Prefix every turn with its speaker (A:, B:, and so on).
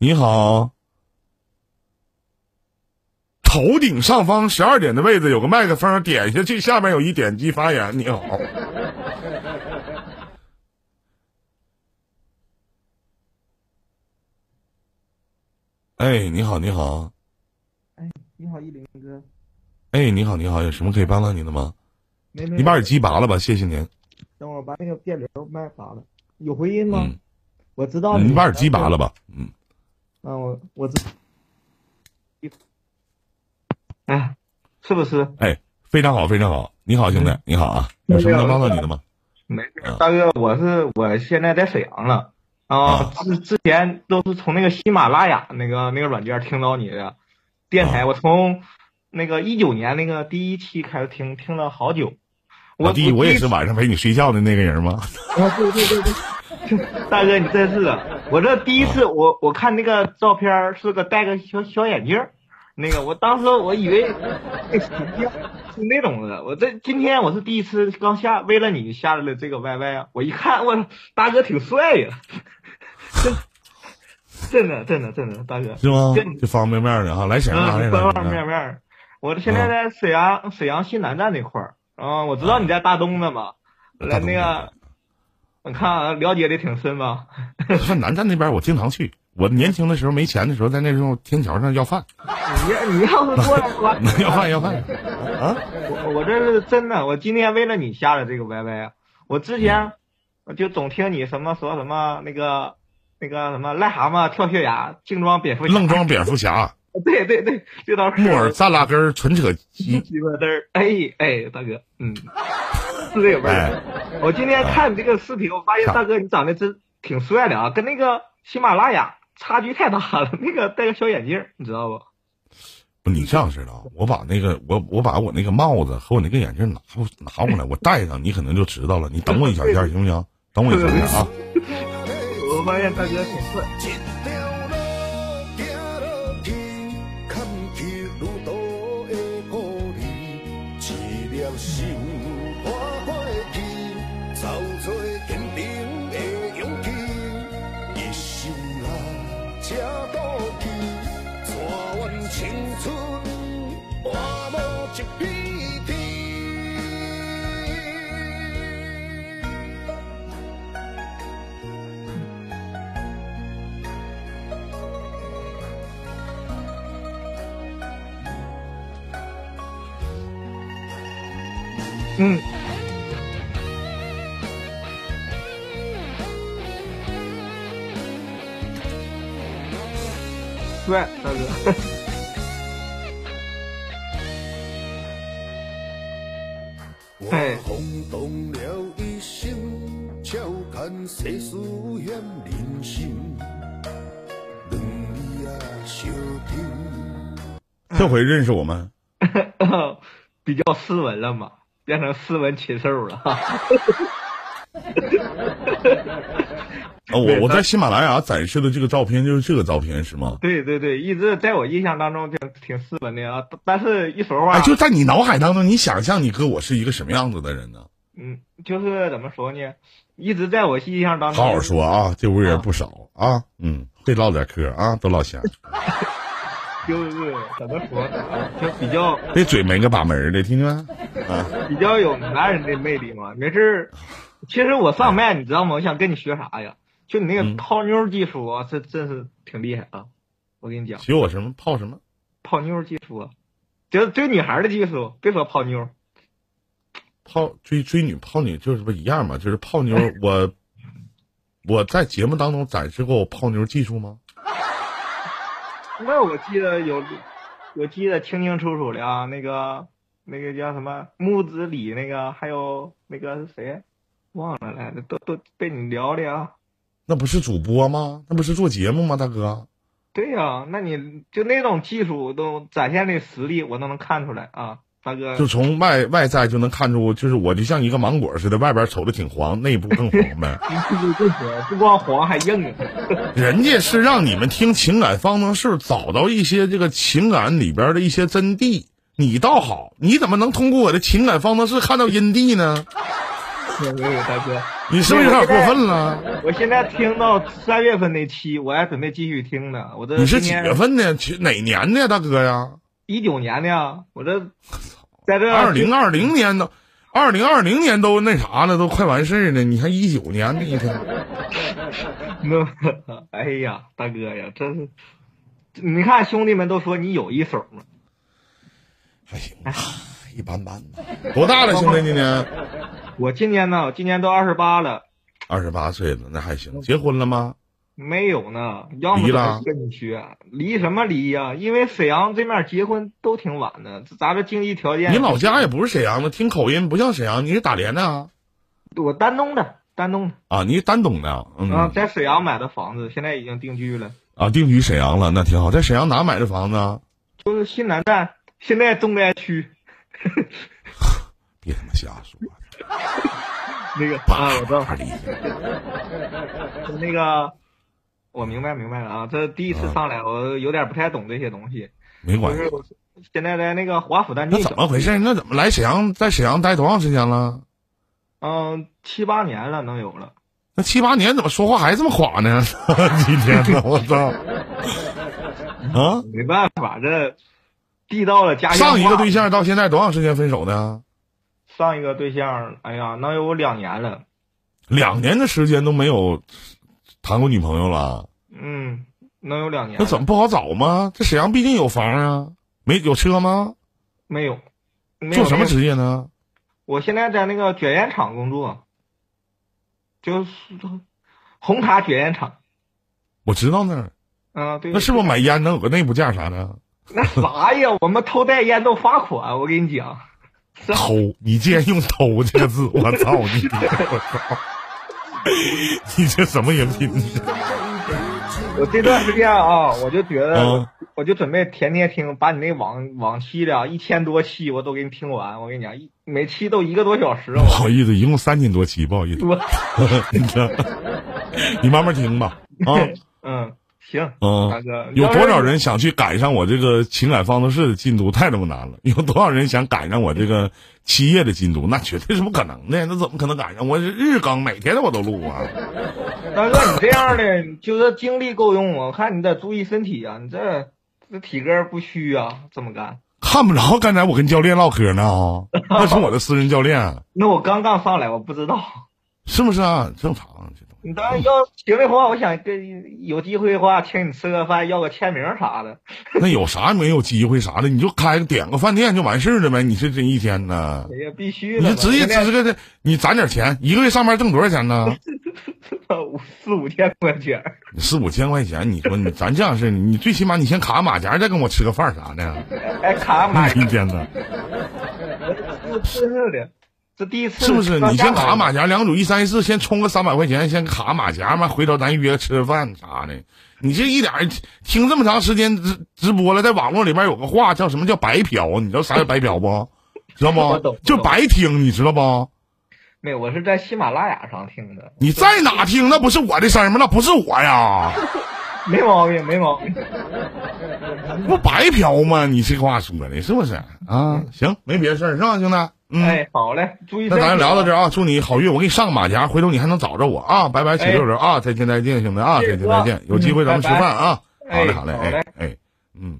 A: 你好，头顶上方十二点的位置有个麦克风，点下去，下面有一点击发言。你好，哎，你好，你好，
B: 哎，你好，一林哥，
A: 哎，你好，你好，有什么可以帮到您的吗？
B: 没没，
A: 你把耳机拔了吧，谢谢您。
B: 等会儿把那个电流麦拔了，有回音吗？
A: 嗯，
B: 我知道你
A: 你把耳机拔了。吧。嗯，
B: 嗯，我我知。哎，是不是？
A: 哎，非常好，非常好。你好，兄弟，你好啊，有什么能帮到你的吗？
B: 没事
A: 嗯，
B: 大哥，我是我现在在沈阳了。啊
A: 啊，
B: 之之前都是从那个喜马拉雅那个那个软件听到你的电台，
A: 啊
B: 我从那个一九年那个第一期开始听，听了好久。我
A: 老弟，啊我也是晚上陪你睡觉的那个人吗？
B: 啊，对对对对， 大哥你真是的，我这第一次我我看那个照片儿是个戴个小小眼镜儿，那个我当时我以为那神经是那种的，我这今天我是第一次刚下，为了你下了这个 YY，我一看我大哥挺帅呀， 真的真的真的真的大哥，
A: 是吗
B: 对？
A: 这方便面的哈，来沈阳啥来
B: 嗯，方
A: 着？
B: 方面面儿。我现
A: 啊
B: 在在沈阳沈阳西南站那块儿，啊，我知道你在大东呢嘛，来那个，我看啊了解的挺深吧。
A: 上南站那边我经常去。我年轻的时候没钱的时候，在那时候天桥上要 饭，，
B: 你要你要是过来的话
A: 要饭要饭啊！
B: 我我这是真的，我今天为了你下了这个 YY 啊。我之
A: 嗯
B: 前我就总听你什么说什么那个那个什么癞蛤蟆跳悬崖，净装蝙蝠侠。
A: 愣装蝙蝠侠，
B: 对对对，这倒是
A: 木耳扎拉根儿，纯扯 鸡。
B: 鸡巴嘚儿，哎哎，大哥，嗯，是这个味儿。我今天哎看你这个视频，我发现
A: 啥
B: 大哥你长得真挺帅的啊，跟那个喜马拉雅差距太大了。 那个戴个小眼镜儿，你知道不？
A: 不，你这样似的啊，我把那个我我把我那个帽子和我那个眼镜拿过拿过来，我戴上，你可能就知道了。你等我一小 下，行不行？等我一小下啊！
B: 我发现大哥挺帅。
C: 啊青春，我无一片天。
B: 嗯，帅，大哥。
C: 我轰动了一生，笑看世事险人心。两字啊，相挺。
A: 这回认识我们，
B: 比较斯文了嘛，变成斯文禽兽了。
A: 呃我我在喜马拉雅展示的这个照片就是这个照片是吗？
B: 对对对，一直在我印象当中挺挺斯文的啊，但是一说话，
A: 哎，就在你脑海当中，你想象你哥我是一个什么样子的人呢？
B: 嗯，就是怎么说呢，一直在我印象当中，
A: 好好，说啊，这屋人不少啊，嗯，会唠点嗑啊，都老乡，
B: 就是怎么说呢啊，就比较
A: 这嘴没个把门儿的，听见没？
B: 比较有男人的魅力嘛。没事儿，其实我上麦，你知道吗？我想跟你学啥呀？就你那
A: 嗯
B: 个泡妞技术啊，这真是挺厉害啊！我跟你讲，
A: 学我什么泡什么？
B: 泡妞技术啊，就是追女孩的技术，别说泡妞。
A: 泡追追女泡女就是不一样嘛，就是泡妞。我我在节目当中展示过我泡妞技术吗？
B: 那我记得有，我记得清清楚楚的啊，那个那个叫什么木子李，那个还有那个是谁，忘了来着，都都被你聊的啊。
A: 那不是主播吗？那不是做节目吗，大哥？
B: 对呀、那你就那种技术都展现的实力，我都能看出来啊，大哥。
A: 就从外外在就能看出，就是我就像一个芒果似的，外边瞅着挺黄，内部更黄呗。
B: 不光黄还 硬啊。
A: 人家是让你们听情感方程式，找到一些这个情感里边的一些真谛。你倒好，你怎么能通过我的情感方程式看到阴蒂呢？
B: 天没有大哥，
A: 你是不是有点过分了？
B: 我现在听到三月份那期，我还准备继续听呢。我这
A: 你是几月？份的？去哪年的呀，大哥呀？
B: 一九年呢？我这在这
A: 二零二零年都，二零二零年都那啥了，都快完事儿了，你还一九年呢？一天，
B: 那， 哎呀，大哥呀，真是，你看兄弟们都说你有一手嘛，
A: 哎呀，一般般吧。多大了，兄弟？今年
B: 我今年呢，我今年都二十八了，
A: 二十八岁了，那还行。结婚了吗？
B: 没有呢，要么
A: 离
B: 怎
A: 了
B: 么跟你学？离什么离呀、因为沈阳这面结婚都挺晚的，咱这经济条件，
A: 你老家也不是沈阳的，听口音不像沈阳，你是大连的啊？
B: 我丹东的，丹东的
A: 啊，你是丹东的啊？嗯
B: 啊，在沈阳买的房子，现在已经定居了，
A: 啊，定居沈阳了，那挺好。在沈阳哪买的房子啊？
B: 就是新南站，现在重灾区，
A: 别他妈瞎说，
B: 那个啊，我知道
A: 叭，离去。
B: 那个，我明白明白了啊，这第一次上来，我有点不太懂这些东西。
A: 没
B: 就
A: 关系
B: 是。我现在在那个华府淡
A: 那
B: 季小
A: 怎么回事？那怎么来沈阳，在沈阳待多长时间了？
B: 嗯，七八年了，能有了。
A: 那七八年怎么说话还这么垮呢？ 今天呢，我 操！啊，
B: 没办法，这地道了家乡话
A: 上一个对，象到现在多长时间分手的？啊
B: 上一个对象，哎呀，能有两年了。
A: 两年的时间都没有谈过女朋友了，
B: 嗯，能有两年了。
A: 那怎么不好找吗？这沈阳毕竟有房啊，没有车吗？
B: 没有？没有
A: 做什么
B: 没有
A: 职业呢？
B: 我现在在那个卷烟厂工作，就是红塔卷烟厂。
A: 我知道那儿，
B: 嗯、对。
A: 那是不是买烟能有个内部价啥的？
B: 那啥呀？我们偷带烟都罚款，我跟你讲。
A: 偷，你竟然用“偷”这个字，我操你！我操，你这什么人品？
B: 我这段时间啊，我就觉得，
A: 嗯
B: 我就准备天天听，把你那往往期的啊一千多期我都给你听完。我跟你讲，一每期都一个多小时。
A: 不
B: 我
A: 好意思，一共三千多期，不好意思，
B: 我
A: 你慢慢听吧。啊，
B: 嗯，行，大
A: 嗯，
B: 哥，
A: 有
B: 要是
A: 多少？人想去赶上我这个情感方程式的进度？太他妈难了！有多少人想赶上我这个七夜的进度？那绝对是不可能的，那怎么可能赶上？我是日更，每天我都录啊。
B: 大哥，你这样的就是精力够用啊，我看你得注意身体啊，你这这体格不虚啊，这么干。
A: 看不着，刚才我跟教练唠嗑呢啊、那是我的私人教练，啊
B: 那我刚刚上来，我不知道。
A: 是不是啊？正常，这东西
B: 你当然要行的话，我想跟有机会的话，请你吃个饭，要个签名啥的。
A: 那有啥没有机会啥的？你就开个点个饭店就完事儿了呗。你这这一天呢？
B: 哎呀，必须
A: 你
B: 的
A: 就
B: 嘛。
A: 直接
B: 现在
A: 支个这，你攒点钱，一个月上班挣多少钱呢？
B: 五四五千块钱儿。
A: 你四五千块钱，你说你咱这样式儿，你最起码你先卡马甲，再跟我吃个饭啥的，
B: 哎，卡马，
A: 一天呢，
B: 这真是的，这第一次
A: 是不是？你先卡
B: 嘛？
A: 马甲，两组一三一四，先充个三百块钱，先卡马甲嘛，回头咱约吃个饭啥的。你这一点儿听这么长时间直直播了，在网络里边有个话叫什么叫白嫖，啊你知道啥叫白嫖不？知道
B: 我懂
A: 不
B: 我？
A: 就
B: 懂
A: 白听，你知道不？
B: 没有，我是在喜马拉雅上听的，
A: 你在哪听？那不是我的声儿吗？那不是我呀。
B: 没毛病，没毛病。
A: 不白嫖吗？你这话说的是不是啊？行，没别的事儿是吧，兄弟？嗯，
B: 哎，好嘞，注意身
A: 那
B: 体。
A: 咱就聊到这儿啊！祝你好运，我给你上个马甲，回头你还能找着我啊！拜拜，铁六六啊！再见再见，兄弟啊！
B: 谢谢
A: 再见再见，有机会咱们吃
B: 拜拜
A: 饭啊！好嘞
B: 哎
A: 好嘞，
B: 好
A: 哎
B: 嘞
A: 哎，嗯。